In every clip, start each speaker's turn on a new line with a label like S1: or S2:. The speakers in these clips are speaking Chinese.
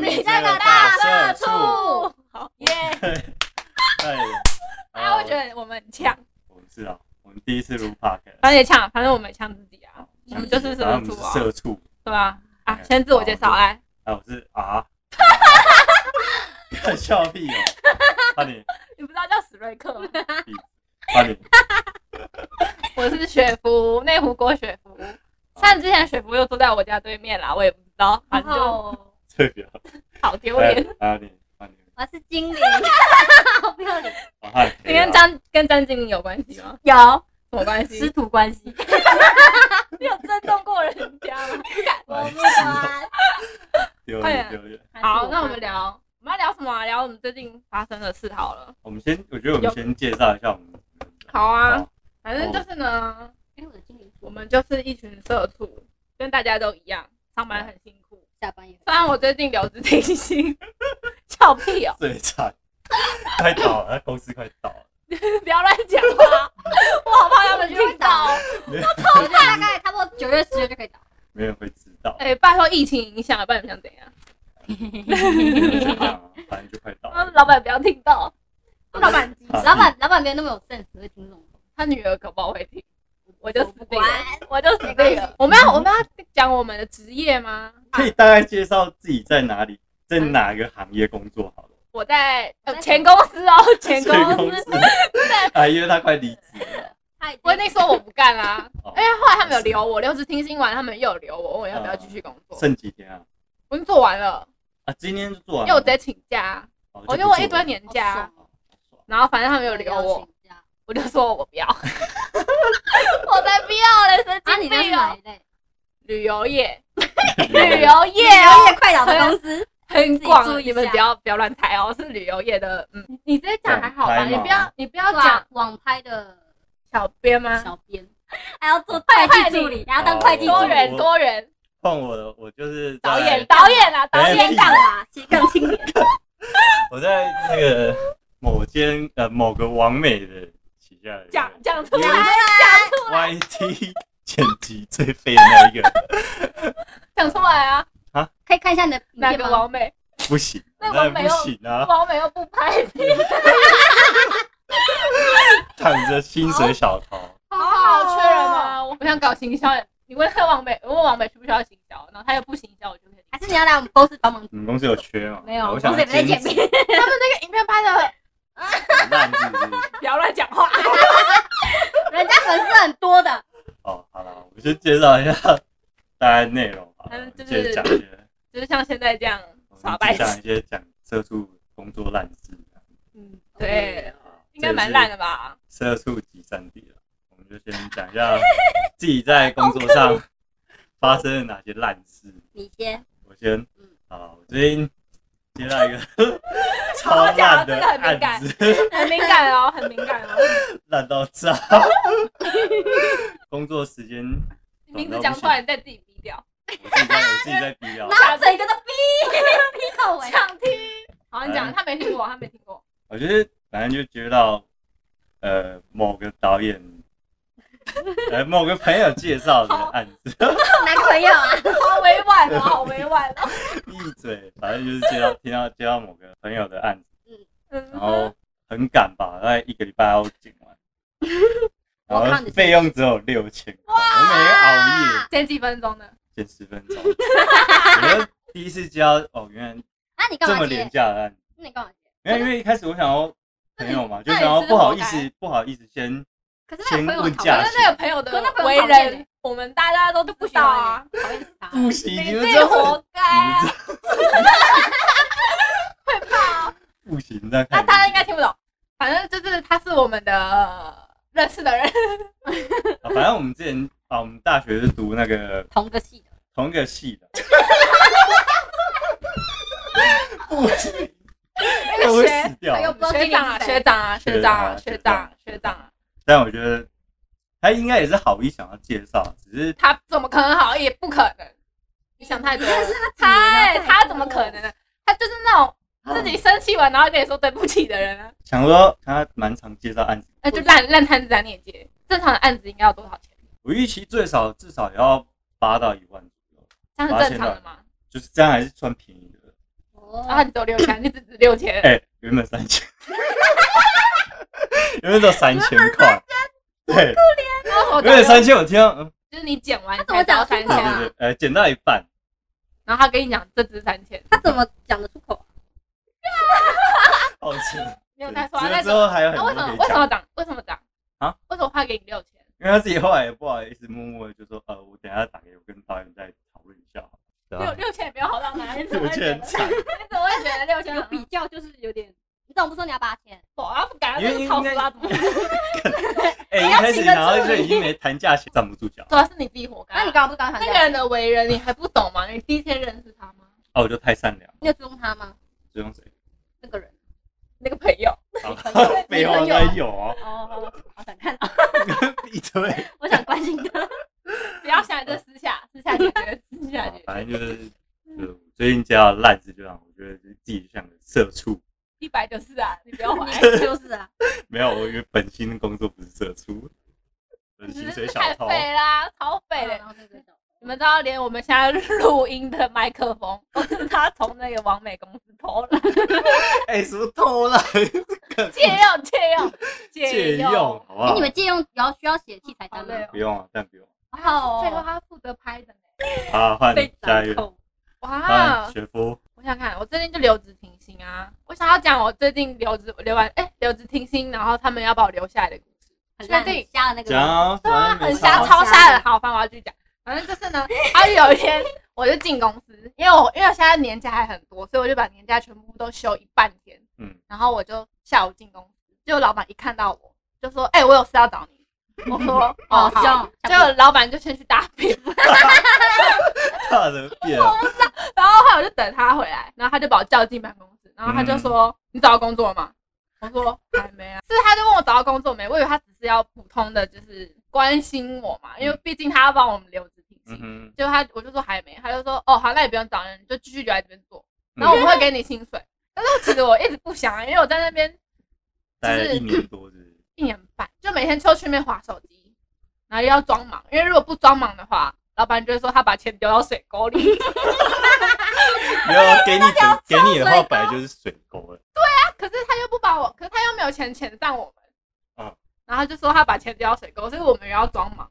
S1: 你这个大社畜！
S2: 好耶！
S1: 哎，哦
S2: 大家会觉啊得我们很强，
S1: 我们是啊，我们第一次录 park，
S2: 反正也呛，反正我们也呛自己啊， 我们就是
S1: 反正
S2: 社
S1: 我们
S2: 畜
S1: 嗯是
S2: 啊，
S1: 社畜。
S2: 对吧？啊，
S1: 对
S2: 先自我介绍，
S1: 好
S2: 来，
S1: 哎，我是 啊，看 笑屁哦，把你
S2: 你不知道叫史瑞克吗？
S1: 把你
S2: 我是雪芙，内湖郭雪芙。虽然之前雪芙又坐在我家对面啦，我也不知道，反正就
S3: 哦，
S1: 这个，
S2: 好丢
S1: 哎
S2: 脸。，
S1: 把你把你，
S3: 我是精灵，好不要脸，
S1: 我汉，
S2: 你跟张跟张经理有关系吗？
S3: 有
S2: 什么关系
S3: 师？徒关系，
S2: 你有尊重过人家吗？
S3: 我不管。
S1: 丢
S2: 快
S1: 脸
S2: 点
S1: 丢脸。
S2: 好，那我们聊，我们要聊什么啊、聊我们最近发生的事好了。
S1: 我们先，我觉得我们先介绍一下我们。哦
S2: 好啊
S1: 好，
S2: 反正就是呢，
S3: 因为我的精灵，
S2: 我们就是一群社畜，跟大家都一样，上班很辛苦。
S3: 下班也
S2: 虽然我最近留职停薪， 笑屁哦，
S1: 最惨，快倒了，公司快倒了。
S2: 不要乱讲话，我好怕他们听到。
S1: 没
S3: 我觉得大概差不多九月十月就可以打。
S1: 没人会知 道，
S2: 哎、拜托疫情影响，不然你们想怎样？
S1: 就是这样啊，反正就快倒
S2: 啊
S1: 了。
S2: 老板不要听到，
S3: 老板机，老板老板没有那么有 sense 会听懂。
S2: 他女儿搞不好会听，我就死
S3: 不
S2: 定
S3: 管
S2: 了，我就死定了。我们要我们要讲我们的职业吗？啊
S1: 可以大概介绍自己在哪里，在哪个行业工作好了。
S2: 我在呃
S3: 我在
S2: 前公司哦，前公
S1: 所以
S2: 司，
S1: 司，哎，因为他快离职了。
S3: 太
S2: 我已经说我不干啦。
S1: 哦
S2: 哎，后来他们有留我，留职听薪完，他们又有留我，问我要不要继续工作。
S1: 剩几天啊？
S2: 我已经做完了，
S1: 啊，今天就做
S2: 因
S1: 完
S2: 为
S1: 了。
S2: 我直接请假，
S1: 哦
S2: 我就
S1: 就不做哦
S2: 我一堆年假，然后反正他们有留我，，我就说我不 要，我才不要嘞，神
S3: 啊，
S2: 经
S3: 你那是
S2: 病
S3: 哪
S2: 哦！
S3: 一类？
S2: 旅游业， 旅
S1: 了
S2: 游业哦。
S3: 有点快倒的公司，
S2: 很
S3: 自己注
S2: 广，
S3: 意
S2: 你们
S3: 一下
S2: 不要不要乱猜哦，是旅游业的。嗯，你你直接讲还好吧，
S1: 网拍
S2: 你
S1: 嘛
S2: 不要你不要
S3: 要
S2: 讲
S3: 讲网拍的
S2: 小编吗？
S3: 小编，还要做会计助理，还要当会计助
S2: 多
S3: 理，
S2: 人多人
S1: 换我了，我就是在
S2: 导演导演啊导演
S1: 哎
S3: 斜杠啦，斜杠青年。
S1: 我在那个某间呃某个完美的旗下的
S2: 讲讲出来啊
S1: 因为
S2: 讲
S1: YT 剪辑最废的那一个，
S2: 讲出来啊！
S3: 可以看一下你的影
S2: 哪
S3: 片
S2: 个
S3: 吗？
S2: 王美？
S1: 不行，
S2: 那
S1: 那
S2: 完美
S1: 不
S2: 又
S1: 行啊，
S2: 王美又不拍片，
S1: 躺着薪水小偷。
S2: 好好缺人啊！我想搞行销，你问那王美，我问王美需不需要行销，然后他又不行销，我就可以。
S3: 还是你要来我们公司帮忙？
S1: 你们公司有缺吗？
S3: 没有，
S1: 我
S3: 公
S1: 想
S3: 司也没在
S1: 兼
S3: 见
S1: 职
S3: 面。
S2: 他们那个影片拍的，
S1: 很烂是不是？
S2: 不要乱讲话。
S3: 人家粉丝很多的，
S1: 哦，好了，我就介绍一下 大概内容好了
S2: 嗯，
S1: 我
S2: 就
S1: 们
S2: 是
S1: 先讲一些，
S2: 就是像现在这样
S1: 我
S2: 耍
S1: 们
S2: 白
S1: 先
S2: 痴，
S1: 讲一些讲社畜工作烂事，啊
S3: 嗯，
S2: 对，应该
S1: 这也
S2: 蛮
S1: 是
S2: 烂的吧？
S1: 社畜集散地了。我们就先讲 一下自己在工作上 发生了哪些烂事。
S3: 你先，
S1: 我先
S3: 嗯，
S1: 啊，我最近接到 一个超烂的
S2: 好讲到这个很敏
S1: 案
S2: 感
S1: 子，
S2: 很敏感哦，很敏感哦。
S1: 烂到炸。 工作时间，
S2: 你名字讲出来，你再自己逼掉。
S1: 我自己在，我自己在啊逼聊。
S3: 那整个都逼逼口哎尾，
S2: 想听？好，你讲，
S1: 嗯
S2: 他没听过，他没听过。
S1: 我觉得反正就接到呃某个导演，呃某个朋友介绍的案子，
S3: 男朋友啊，
S2: 好委婉哦，好委婉哦。
S1: 闭嘴，反正就是接到听到接到某个朋友的案子，然
S2: 嗯，
S1: 后很赶吧，大概一个礼拜要剪 完，
S3: 我
S1: 然
S3: 看
S1: 后
S3: 得见
S1: 费用只有六千块，我每天熬夜
S2: 剪几分钟的，
S1: 剪十分钟，我就第一次接到哦， 原来
S3: 啊那你干
S1: 这
S3: 嘛
S1: 么廉
S3: 接？
S1: 价的案子，
S3: 那你干嘛接？
S1: 因为因为一开始我想要朋友嘛，就
S2: 那你
S1: 想要
S2: 那你是
S1: 不好
S2: 活
S1: 意
S2: 该
S1: 思不好意思先
S3: 可是那个朋友很讨
S2: 可
S1: 先问
S3: 厌
S1: 价，
S2: 是那个朋友的
S3: 可是那朋
S2: 为
S3: 友讨厌
S2: 人，我们大家都
S3: 不
S2: 不知
S3: 喜欢
S2: 道啊。
S3: 欸，讨厌死他。
S1: 不行，
S2: 你
S1: 你们
S2: 自己
S1: 这
S2: 活该 啊！
S1: 不行，那
S2: 哦那
S1: 看
S2: 大家应该听不懂，反正就是他是我们的呃认识的人，
S1: 啊，反正我们之前啊，我们大学是读那个
S3: 同个系的，
S1: 同一个系 的。不行，
S2: 那个
S1: 我会
S2: 学
S1: 死掉
S3: 他。又不知道
S2: 学长啊，
S3: 经理是谁
S2: 学长啊，学长啊，学
S1: 学
S2: 长
S1: 长
S2: 啊
S1: 啊，
S2: 学长啊，
S1: 但我觉得他应该也是好意想要介绍，只是
S2: 他怎么可能好？也不可能，你想太多 了。
S3: 嗯
S2: 他哎
S3: 太
S2: 他怎么可能呢？他就是那种自己生气完然后跟你说对不起的人啊，
S1: 想说他蛮常介绍案子。
S2: 那
S3: 哎
S2: 就烂烂摊子咱也接。正常的案子应该要多少钱？
S1: 我预期最少至少也要八到一万左右，
S2: 这样是正常的吗？
S1: 就是这样还是算便宜的。
S2: 啊，
S3: 哦，
S2: 你走六千，你只值六千，
S1: 哎、原本三千，原本都三 千块，对，
S2: 那为什么
S1: 原本
S2: 找
S1: 三
S2: 六？
S1: 千，我听到，嗯，
S2: 就是你减完
S3: 他怎
S2: 才
S3: 么
S2: 找
S3: 讲
S2: 三
S3: 出
S2: 千
S1: 对
S3: 口啊
S2: 啊
S1: 对？对，呃，减到一半，
S2: 然后他跟你讲这值三千，
S3: 他怎么讲得出口？
S1: 抱歉，
S2: 没有
S1: 对
S2: 再说啊。
S1: 之
S2: 那
S1: 后
S2: 就
S1: 之后还有很
S2: 那
S1: 多
S2: 为什
S1: 可
S2: 么
S1: 以
S2: 为什
S1: 讲，
S2: 么涨？为什么涨？
S1: 啊？
S2: 为什么他给你六千？
S1: 因为他自
S2: 啊
S1: 己后来也不好意思，默默地就说，呃，我等一下打给我跟导演再讨论一下好了，
S2: 六六千也没有好到哪里，你怎么
S1: 有
S2: 会觉
S1: 些
S2: 得
S1: 人惨，
S2: 你怎么会觉得六千
S3: 有
S2: 很
S3: 比较就是有点，你怎么不说你要八千？
S2: 好？啊，不敢，
S1: 因
S2: 这
S1: 为
S2: 是超时啊，怎么办？
S1: 哎、一开始然后就已经没谈价钱，站不住脚，
S2: 主要是你自己活该啊。
S3: 那你干嘛不刚刚
S2: 那
S3: 讲
S2: 个人的为人你还不懂吗？你第一天认识他吗？
S1: 哦，我就太善良了，
S3: 你有追踪他吗？
S1: 这 种谁？
S3: 那个人
S2: 那个朋友，
S1: 好
S3: 朋友
S1: 废话
S2: 朋友
S1: 都有哦，
S3: 哦，好想看，
S1: 闭嘴。
S3: 我想关心他。
S2: 不要想着私下，私下解决，私下解决。
S1: 反正就是，呃，最近接到烂字就让我觉得自己像个社畜。
S2: 一百九四啊，你不要怀疑，
S3: 就是啊，
S1: 没有，我原本心的工作不是社畜，我是
S2: 你
S1: 薪
S2: 真
S1: 水
S2: 是
S1: 小
S2: 太
S1: 偷。
S2: 废啦，超废的。
S3: 然后那个手
S2: 你们知道，连我们现在录音的麦克风都是他从那个王美公司偷来的，
S1: 哎、什么偷了？
S2: 借用借用
S1: 借用好不
S3: 哎，
S1: 好？
S3: 你们借用也要需要写器材单吗
S2: 好累？哦
S1: 不用啊，但不用。啊
S3: 好
S2: 这个
S3: 哦，
S2: 他负责拍的呢。
S1: 好，换
S3: 被
S1: 下
S3: 掌
S1: 一个。
S3: 控。
S2: 哇啊
S1: 换，雪夫，
S2: 我想看，我最近就留职停薪啊。我想要讲我最近留职留完，哎、留职停薪，然后他们要把我留下来的故事。
S3: 很烂
S2: 确定
S3: 很瞎的那个
S1: 讲
S3: 人，
S1: 啊，
S2: 对啊，
S1: 反正
S2: 很
S1: 没
S2: 瞎，
S1: 差
S2: 超
S3: 超瞎
S2: 瞎
S3: 的
S2: 的。好，反正我要继续讲。反正就是 呢，然后有一天我就进公司，因为我因为我现在年假还很多，所以我就把年假全部都休一半天。
S1: 嗯，
S2: 然后我就下午进公司，结果老板一看到我就说：“哎、我有事要找你。”我 说：“哦，
S3: 好
S2: 好。”结果老板就先去打饼，
S1: 大的变，
S2: 然后后来我就等他回来，然后他就把我叫进办公室，然后他就
S1: 嗯
S2: 说：“你找到工作了吗？”我说：“还没啊。”是他就问我找到工作没，我以为他只是要普通的就是关心我嘛，因为毕竟他要帮我们留职停薪。
S1: 嗯哼，
S2: 结果他我就说还没，他就说：“哦，好，那你不用找人，你就继续留在这边做，
S1: 嗯
S2: 然后我们会给你薪水。”但是其实我一直不想啊，因为我在那边
S1: 待了一年多，是不是？
S2: 一年半，就每天就去那边划手机，然后又要装忙，因为如果不装忙的话，老板就会说他把钱丢到水沟里。
S1: 没有给你的，给你的话本来就是水沟了。
S2: 可是他又不把我，可是他又没有钱遣散我们，
S1: 嗯
S2: 然后就说他把钱丢到水沟，所以我们又要装忙，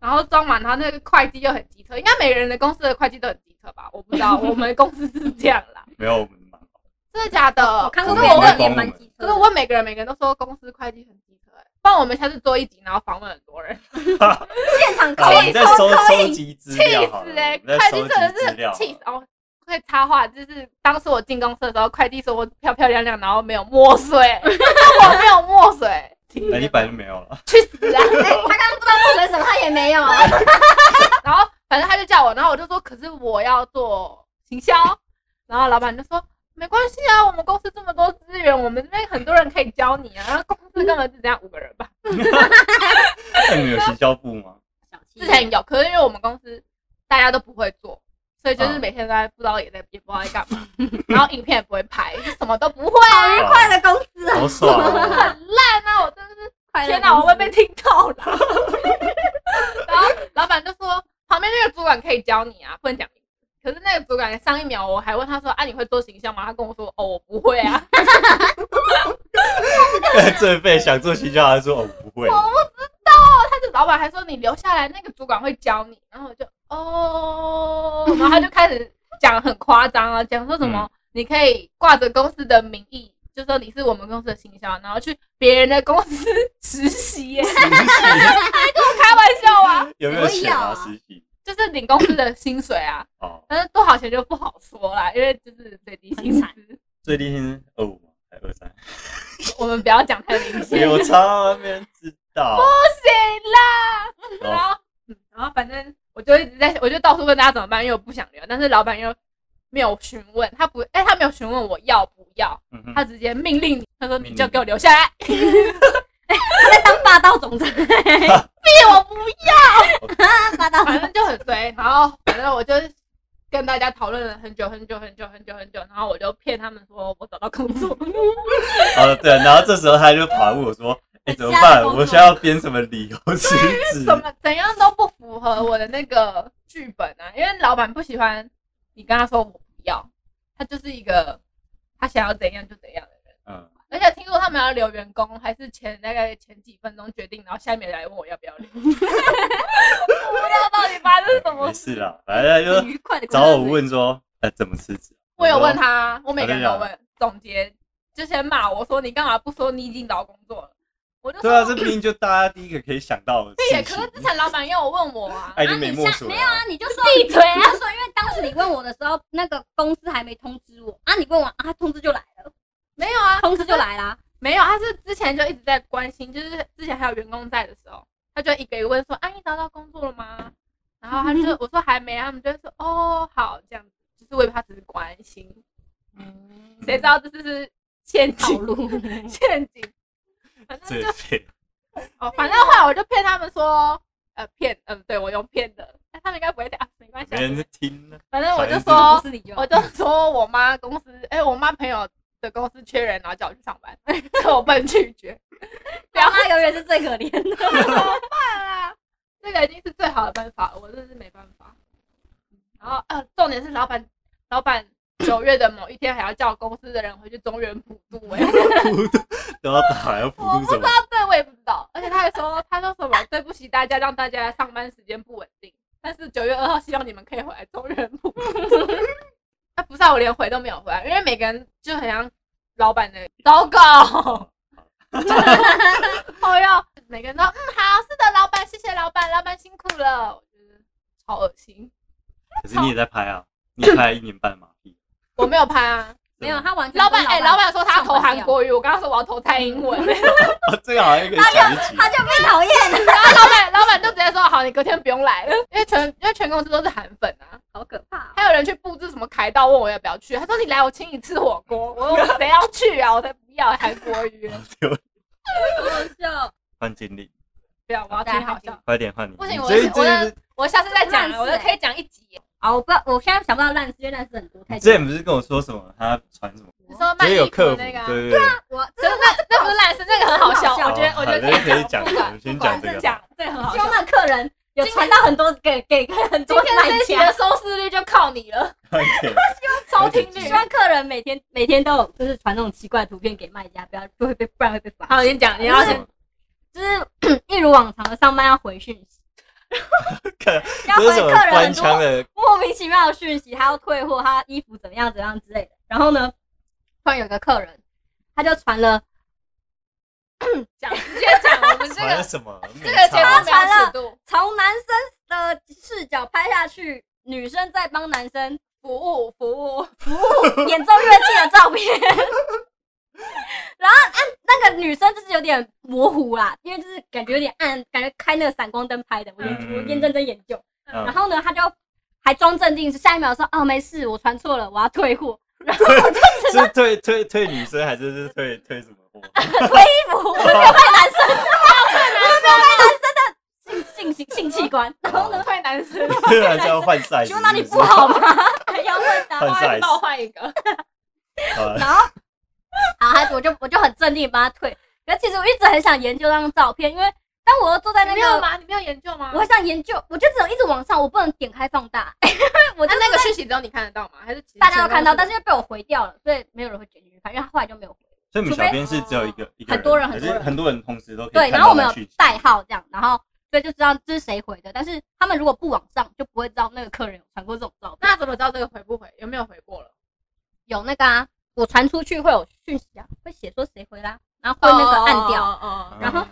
S2: 然后装忙，然后那个会计又很机车，应该每个人的公司的会计都很机车吧？我不 知道，我们公司是这样啦，
S1: 没有，我们蛮好。
S2: 真的假的？
S3: 我看
S2: 可
S3: 过
S2: 是
S1: 别人
S3: 那
S2: 我
S3: 个
S2: 问
S1: 在帮
S3: 人也
S1: 我
S3: 蛮
S1: 们
S3: 机车
S2: 可
S3: 的，
S2: 是我问每个人，每个人都说公司会计很机车、欸，不然我们下次做一集，然后访问很多人。
S3: 现场
S1: 好，我们再收
S3: 口
S1: 收
S3: 音
S1: 集资
S2: 气
S1: 料好了，
S2: 死哎、
S1: 我们再
S2: 会
S1: 收
S2: 计
S1: 集
S2: 真的
S1: 资料
S2: 是
S1: 好
S2: 气死
S1: 了。
S2: 哦！会插话，就是当时我进公司的时候，会计说我漂漂亮亮，然后没有墨水，我没有墨水，
S1: 哎，你本来就没有了。
S2: 去死啊！
S3: 哎他刚刚不知道做成什么，他也没有啊。
S2: 然后反正他就叫我，然后我就说，可是我要做行销，然后老板就说。没关系啊，我们公司这么多资源，我们这边很多人可以教你啊。 然后公司根本就这样五个人吧，
S1: 那你们有行销部吗？
S3: 小气
S2: 之前有，可是因为我们公司大家都不会做，所以就是
S1: 嗯
S2: 每天都在不知道也在也不知道在干 嘛，然后影片也不会拍，就什么都不会。
S1: 愉
S3: 快乐公司啊，
S1: 好爽哦！
S2: 那啊我真的是
S3: 快乐
S2: 天
S3: 公司
S2: 哪，我会被听到了。 然后老板就说，旁边那个主管可以教你啊，不能讲名字。可是那个主管上一秒我还问他说，啊你会做形象吗？他跟我说，哦我不会 啊。
S1: 最废想做行销，他说我哦不会。
S2: 他就老板还说你留下来，那个主管会教你。然后我就哦，然后他就开始讲很夸张啊，讲说什么、你可以挂着公司的名义。就说你是我们公司的行销，然后去别人的公司实习耶，开玩笑啊！
S1: 有没有钱啊？
S3: 怎么
S1: 实习
S2: 就是领公司的薪水啊，
S1: 哦，
S2: 但是多少钱就不好说啦，因为就是最低薪资，
S1: 最低薪是二五吗？还二三？
S2: 我们不要讲太明显，
S1: 有差 没人知道。
S2: 不行啦。然
S1: 哦
S2: 后，嗯，然后反正我就一直在，我就到处问大家怎么办，因为我不想留，但是老板又没有询问，他不，哎、他没有询问我要不要，
S1: 嗯哼
S2: 他直接命令你，他说
S1: 命
S2: 你
S1: 令
S2: 就给我留下来，
S3: 他在当霸道总裁，
S2: 逼 我不
S3: 霸道
S2: 反正就很衰。然后反正我就跟大家讨论了很久很久很久很久很久，然后我就骗他们说我找到工作，
S1: 哦，对，然后这时候他就跑来问我说：“哎，怎么办？我需要编什么理由辞职
S2: 怎么怎样都不符合我的那个剧本啊，因为老板不喜欢你跟他说我不要，他就是一个他想要怎样就怎样的人。
S1: 嗯，
S2: 而且听说他们要留员工，还是前大概前几分钟决定，然后下面来问我要不要留。 我不知道到底发生什么
S1: 没
S2: 事。
S1: 事啦，反正
S3: 很
S1: 就
S3: 愉快的
S1: 找我问说，呃，怎么辞职？
S2: 我有问
S1: 说，
S2: 他，我每个人都
S1: 真的
S2: 问，总结之前骂我说你干嘛不说你已经找工作了，我就
S1: 对啊，
S2: 说
S1: 这明明就大家第一个可以想到的
S2: 对耶，
S1: 事
S2: 可是
S1: 情。
S2: 之前老板也有问我啊，
S1: 哎，
S3: 啊
S1: 你
S3: 你
S1: 美
S3: 下
S1: 莫属了
S3: 没
S1: 啊。
S3: 有啊，你就说
S2: 闭嘴啊
S3: 你就说，因为当时你问我的时候，那个公司还没通知我啊，你问我啊，通知就来了，
S2: 没有啊，
S3: 通知就来啦。
S2: 没有，他是之前就一直在关心，就是之前还有员工在的时候，他就一个一个问说：“啊，你找到工作了吗？”然后他就我说还没，啊他们就会说：“哦，好，这样子。”就是我以为他只是关心，谁知道这是陷
S3: 套
S2: 阱，
S3: 路，
S2: 陷阱。反正
S1: 最
S2: 就
S1: 废，
S2: 哦，反正后来我就骗他们说，呃，骗，嗯、对我用骗的，但他们应该不会讲，啊没关系
S1: 没人
S2: 啊，
S1: 听呢。
S2: 反正我就
S1: 哎反正就是
S2: 说
S3: 不，是你就
S2: 我就说我妈公司，哎、我妈朋友的公司缺人，然后叫我去上班， 这我不能拒绝。不要
S3: 妈永远是最可怜的。
S2: 怎么办啊？这个已经是最好的办法了，我真的是没办法。然后呃，重点是老板，老板九月的某一天还要叫公司的人回去中原普渡、哎，
S1: 普渡都要打，要普
S2: 我
S1: 渡
S2: 不
S1: 什
S2: 知
S1: 么
S2: 道？，对我也不知道。而且他还 说，他说什么对不起大家，让大家上班时间不稳定，但是九月二号希望你们可以回来中原 普渡。啊，不是、啊，我连回都没有回来，因为每个人就很像老板的糟糕。 哦哟，每个人都嗯好，是的，老板，谢谢老板，老板辛苦了，我觉得超恶心。
S1: 可是你也在拍啊，你也拍了一年半嘛。屁
S2: 我没有拍啊，
S3: 没有，他完 全
S2: 老板哎、老板说他要投
S3: 上不了
S2: 韩国语，我刚刚说我要投蔡英 文，
S1: 哦，这个好像可以讲一集。
S3: 他就被讨厌了，
S2: 然后老板老板就直接说好，你隔天不用来了，因为全因为全公司都是韩粉啊，
S3: 好可怕哦。
S2: 还有人去布置什么凯道，问我要不要去，他说你来我请你吃火锅，我说谁要去啊，我才不要韩国语，
S3: 就
S1: 换经理，
S2: 不要，我要听好笑，
S1: 快点换你。
S2: 不行，
S1: 你
S2: 我
S1: 这
S2: 是
S1: 一
S2: 我
S1: 这一
S2: 的我下次再讲
S3: 烂，死
S2: 我的可以讲一集耶。
S3: 啊，我不知道，我现在想不到烂事，因为烂事很多，太
S1: 之前不是跟我说什么他传什么，
S2: 你说
S1: 直
S2: 卖
S1: 接
S2: 衣
S1: 有
S2: 服的
S1: 客服，
S2: 那个啊、
S1: 对对对，
S3: 我
S2: 可是那那不是烂事，那个很好笑。
S3: 很好
S2: 我觉得
S1: 笑
S2: 我觉得
S1: 好
S2: 可以
S1: 好
S2: 不
S1: 这个可以讲
S2: 管
S1: 我们先
S2: 不管
S1: 讲这个
S2: 讲，这个很好
S3: 希
S2: 笑
S3: 望。那客人有传到很多给给很
S2: 今
S3: 多
S2: 天
S3: 烂
S2: 这一期
S3: 家
S2: 的。收视率就靠你了，
S1: 快点。
S2: 收听率
S3: 希。望客人每天每天都有就是传那种奇怪的图片给卖家，不要不会被不然会被罚。
S2: 好，你讲，你要先。
S3: 就是嗯一如往常的上班要回讯息，
S1: 看
S3: 要
S1: 这
S3: 回
S1: 是什
S3: 客
S1: 么
S3: 人
S1: 官
S3: 很
S1: 腔啊
S3: 多
S1: 的？
S3: 莫名其妙的讯息，他要退货，他衣服怎么样怎么样之类的。然后呢，突然有个客人，他就传了
S2: 讲，直接讲我们这
S1: 传了
S2: 个
S1: 什么？
S2: 这个节目没有尺度，
S3: 从男生的视角拍下去，女生在帮男生
S2: 服务服务，
S3: 演奏乐器的照片。然后按那个女生就是有点模糊啦，因为就是感觉有点暗，感觉开那个闪光灯拍的，我研
S1: 嗯
S3: 我验认真研究。
S1: 嗯
S3: 然后呢，他就还装镇定，下一秒说哦没事，我传错了，我要退 货，
S1: 是退退退女生还是是退退什么 货？
S3: 衣服我们要卖男生，我们要卖男生的性性性性器官。然后呢，
S2: 退男生，
S1: 还啊是要换赛？
S3: 请问哪里不 好吗？还要问他。
S2: 不
S1: 换
S2: 好意
S1: size
S2: 思，帮我换一个。
S1: 啊？
S3: 然后，好，他我就我就很镇定地帮他退。可是其实我一直很想研究那张照片，因为当我坐在
S2: 你
S3: 那
S2: 没有
S3: 个，
S2: 吗？你没有研究吗？
S3: 我想研究，我就只能一直往上，我不能点开放大，因为我就
S2: 那
S3: 是
S2: 那个讯息只有你看得到吗？还是其实
S3: 大家都看到，
S2: 全
S3: 但
S2: 公
S3: 是
S2: 司
S3: 又被我回掉了，所以没有人会点进去看，因为他后来就没有回。
S1: 所以你们小编是只有一个一个人
S3: 很多人
S1: 还是
S3: 很多人
S1: 很多人同时都可以
S3: 对，
S1: 看
S3: 然后
S1: 到
S3: 我们
S1: 那
S3: 有
S1: 讯息
S3: 代号这样，然后所以就知道这是谁回的，但是他们如果不往上，就不会知道那个客人有传过这种照片。
S2: 那怎么知道这个回不回？有没有回过了？
S3: 有那个啊，我传出去会有讯息啊，会写说谁回啦、然后会那个按掉。
S2: 哦哦哦哦
S1: 嗯
S2: 哦
S3: 然后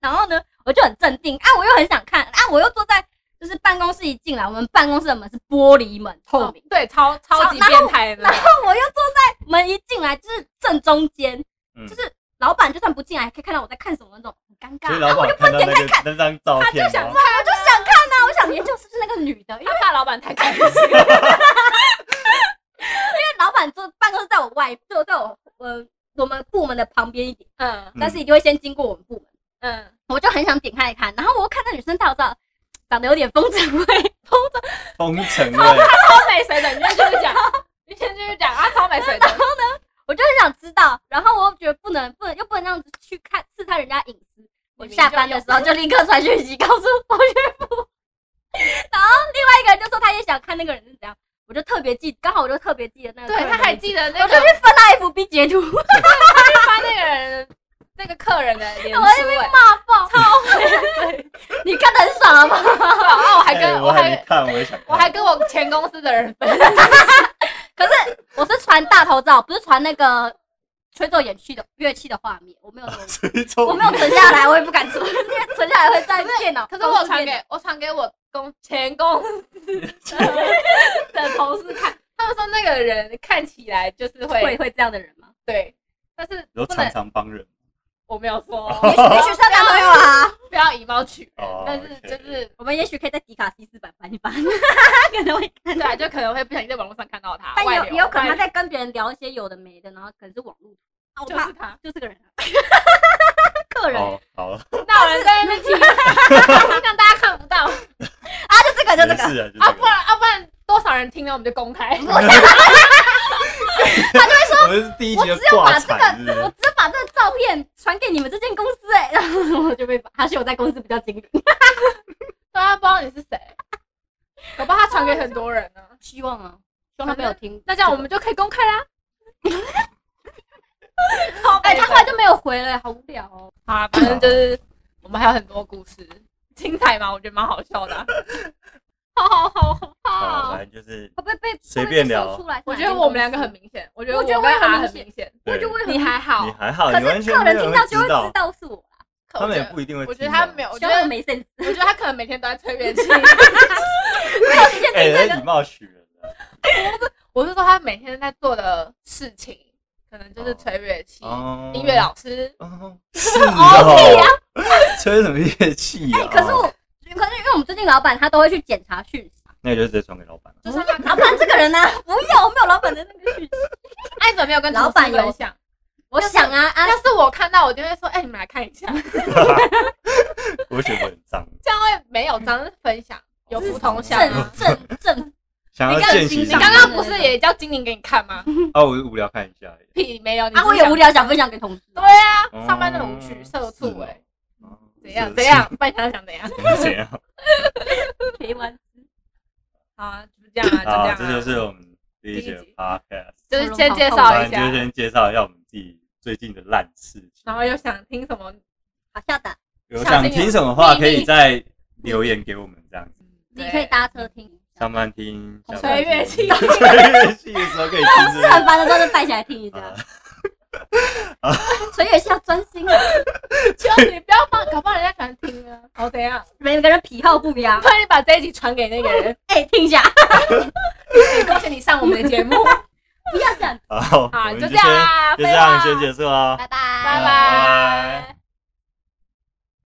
S3: 然后呢，我就很镇定啊，我又很想看啊，我又坐在就是办公室一进来，我们办公室的门是玻璃门，透明。
S2: 哦对，超超级
S3: 然后
S2: 变态的那
S3: 然
S2: 种。
S3: 后我又坐在门一进来就是正中间，
S1: 嗯
S3: 就是老板就算不进来，也可以看到我在看什么那种，很尴尬。
S1: 所以
S3: 然
S1: 老
S3: 后我
S1: 板
S3: 就
S1: 看到那
S3: 点开
S1: 个那张照
S2: 他就
S1: 片哦
S2: 想
S1: 吗
S2: 看，
S3: 我就想看呐、我想研究是不是那个女的，因为
S2: 他怕老板太 开心。
S3: 因为老板坐办公室在我外，就在我呃我们部门的旁边一点，
S2: 嗯
S3: 但是一定会先经过我们部门。
S2: 嗯，
S3: 我就很想点开来看，然后我又看到女生照照，长得有点风尘 味，风
S1: 封城
S3: 尘
S1: 了，
S2: 超美谁的？你先继续讲，你先继续讲啊，超美谁的？
S3: 我就很想知道，然后我又觉得不能不能又不能这样子去看刺探人家隐私。我下班的时候就立刻传讯息告诉我岳父，然后另外一个人就说他也想看那个人是怎样，我就特别记，刚好我就特别记得那个
S2: 对
S3: 客人的名字。
S2: 他还记得那
S3: 我就
S2: 个
S3: 去翻他 FB 截图，
S2: 发那个人的那个客人的脸书、
S3: 我在那
S2: 欸，
S3: 骂爆， 超会啊你看的很爽好不好？
S2: 然哦后我还跟、
S1: 哎
S2: 我
S1: 我没
S2: 还
S1: 看，我也想看，
S2: 我还跟我前公司的人分享，
S3: 可是我是传大头照，不是传那个吹奏演戏的乐器的画面，我没有 存，
S1: 追踪
S3: 我没有存下来，我也不敢存，因为存下来会在电脑。
S2: 可是我
S3: 同事
S2: 传
S3: 电
S2: 给我传给我公前公司 的的同事看，他们说那个人看起来就是
S3: 脑
S2: 会
S3: 会会这样的人吗？
S2: 对，但是
S1: 然后
S2: 不
S1: 常
S2: 能
S1: 常帮人
S2: 我没有 说，
S3: 也许也许是他男朋友啊，
S2: 不要以貌取人
S1: 哦，
S2: 但是
S1: OK
S2: 就是
S3: 我们也许可以在迪卡 C 四版翻一 翻，可能会看
S2: 对啊，就可能会不小心在网络上看到他，
S3: 但
S2: 外
S3: 有
S2: 流
S3: 也有可能他
S2: 外
S3: 在跟别人聊一些有的没的，然后可能是网络。啊，我
S2: 流就
S3: 怕
S2: 是他，
S3: 就是这个 人啊，客人
S1: 哦，好了，
S2: 那有人在那边提， 让大家看不到啊，
S3: 啊，就这个就
S1: 也
S3: 这个，
S1: 是啊，就这
S2: 不然啊不然多少人听了我们就公 开，
S1: 个，我们是第一
S3: 我
S1: 集
S3: 只
S1: 就
S3: 有
S1: 挂
S3: 把这
S1: 彩，是不
S3: 个，我
S1: 是？
S3: 只有把这个照片传给你们这间公司哎、 然后我就被罚。还是我在公司比较精明，
S2: 大啊家不知道你是谁，搞不好他传给很多人呢，
S3: 希望啊，希
S2: 望他没有
S3: 听
S2: 那这样我们就可以公开 啦。
S3: 哎、他后来就没有回了，好无聊哦。
S2: 好啊，反正就是我们还有很多故事，精彩嘛，我觉得蛮好笑的啊、好好好好
S1: 好，
S2: 好，
S1: 反正就是
S3: 会不会被
S1: 随便聊
S3: 会不会被搜出来？
S2: 我觉得我们两个很，明显，我觉得
S3: 我觉得
S2: 我跟
S3: 我也很
S2: 阿
S3: 明
S2: 很
S3: 显
S2: 明显，
S3: 我
S1: 对
S3: 就会很
S2: 你还好
S1: 你，还好，
S3: 可
S1: 你完
S3: 是
S1: 全
S3: 客
S1: 没
S3: 人
S1: 有
S3: 听
S1: 人
S3: 到
S1: 会
S3: 就会
S1: 知
S3: 知
S1: 道，
S3: 道是我啦，
S2: 可
S1: 他们也
S2: 我觉得
S1: 不一定会。
S2: 我觉得他没有，，我觉
S3: 希望我
S2: 得
S3: 没 sense。
S2: 我觉得他可能每天都在吹乐器。
S1: 哎，人以貌取人啊
S2: 我是说他每天在做的事情，可能就是吹乐器、
S1: 哦，
S2: 音乐老师。
S1: 哦，是哦，吹什么乐器
S3: 哎、
S1: 啊？
S3: 可是我，可是因为我们最近老板他都会去检查讯息，
S1: 那你就直接传给老 板了。
S2: 就是他
S3: 老板这个人呢、不要，我没有老板的那个讯息。
S2: 哎，你怎么没有跟
S3: 老板
S2: 同事分
S3: 有
S2: 享？
S3: 我想啊啊，
S2: 要是我看到，我就会说：“哎，你们来看一下。”
S1: 我觉得我很脏，
S2: 这样会没有咱们分享，有福同享
S3: 正
S2: 啊。
S3: 正正，
S1: 想要
S2: 你看
S1: 见其
S3: 你
S2: 你
S1: 上
S2: 刚刚不是也叫精灵给你看 吗？
S1: 哦，我无聊看一下而已。
S2: 屁，没有。你
S3: 啊，我也无。聊，想分享给同事。
S2: 对啊，
S1: 哦
S2: 上班那种无趣，社畜哎、
S1: 是哦
S2: 怎样
S1: 是
S2: 怎 样？不然想想怎样？
S1: 是怎样？
S3: 陪玩
S2: 好啊，就是这样啊，就这样、
S1: 好，
S2: 啊。
S1: 这就是我们第一集的
S2: 第一集
S1: podcast。
S2: 就是先介
S3: 好
S2: 绍一
S1: 那
S2: 啊
S1: 你就
S2: 下，
S1: 先介绍一下我们自己最近的烂事情。
S2: 然后又想听什么？
S3: 好下的，
S1: 有想听什么
S2: 小
S1: 话，
S2: 心有
S1: 可以再留言给我们这样子。
S3: 你可以搭车听。
S1: 上班听，下班
S2: 吹
S1: 听
S2: 乐 器
S1: 吹乐器的时候可以听这
S3: 是很
S1: 个。
S3: 烦的时候就带起来听一下
S1: 啊。
S3: 所以也是要专心啊，
S2: 就你不要放，搞不好人家喜欢听啊。哦，怎样？
S3: 每个人癖好不一样
S2: 不。然你把这一集传给那个 人，
S3: 哎，听一下，
S2: 哎恭喜你上我们的节目。
S3: 不要这样，
S1: 好，我
S2: 好，
S1: 们
S2: 就
S1: 就
S2: 这
S1: 先
S2: 样啊，
S1: 就这样
S2: 废话
S1: 先结束啦。
S3: 拜拜
S2: 拜
S1: 拜
S2: 拜
S1: 拜。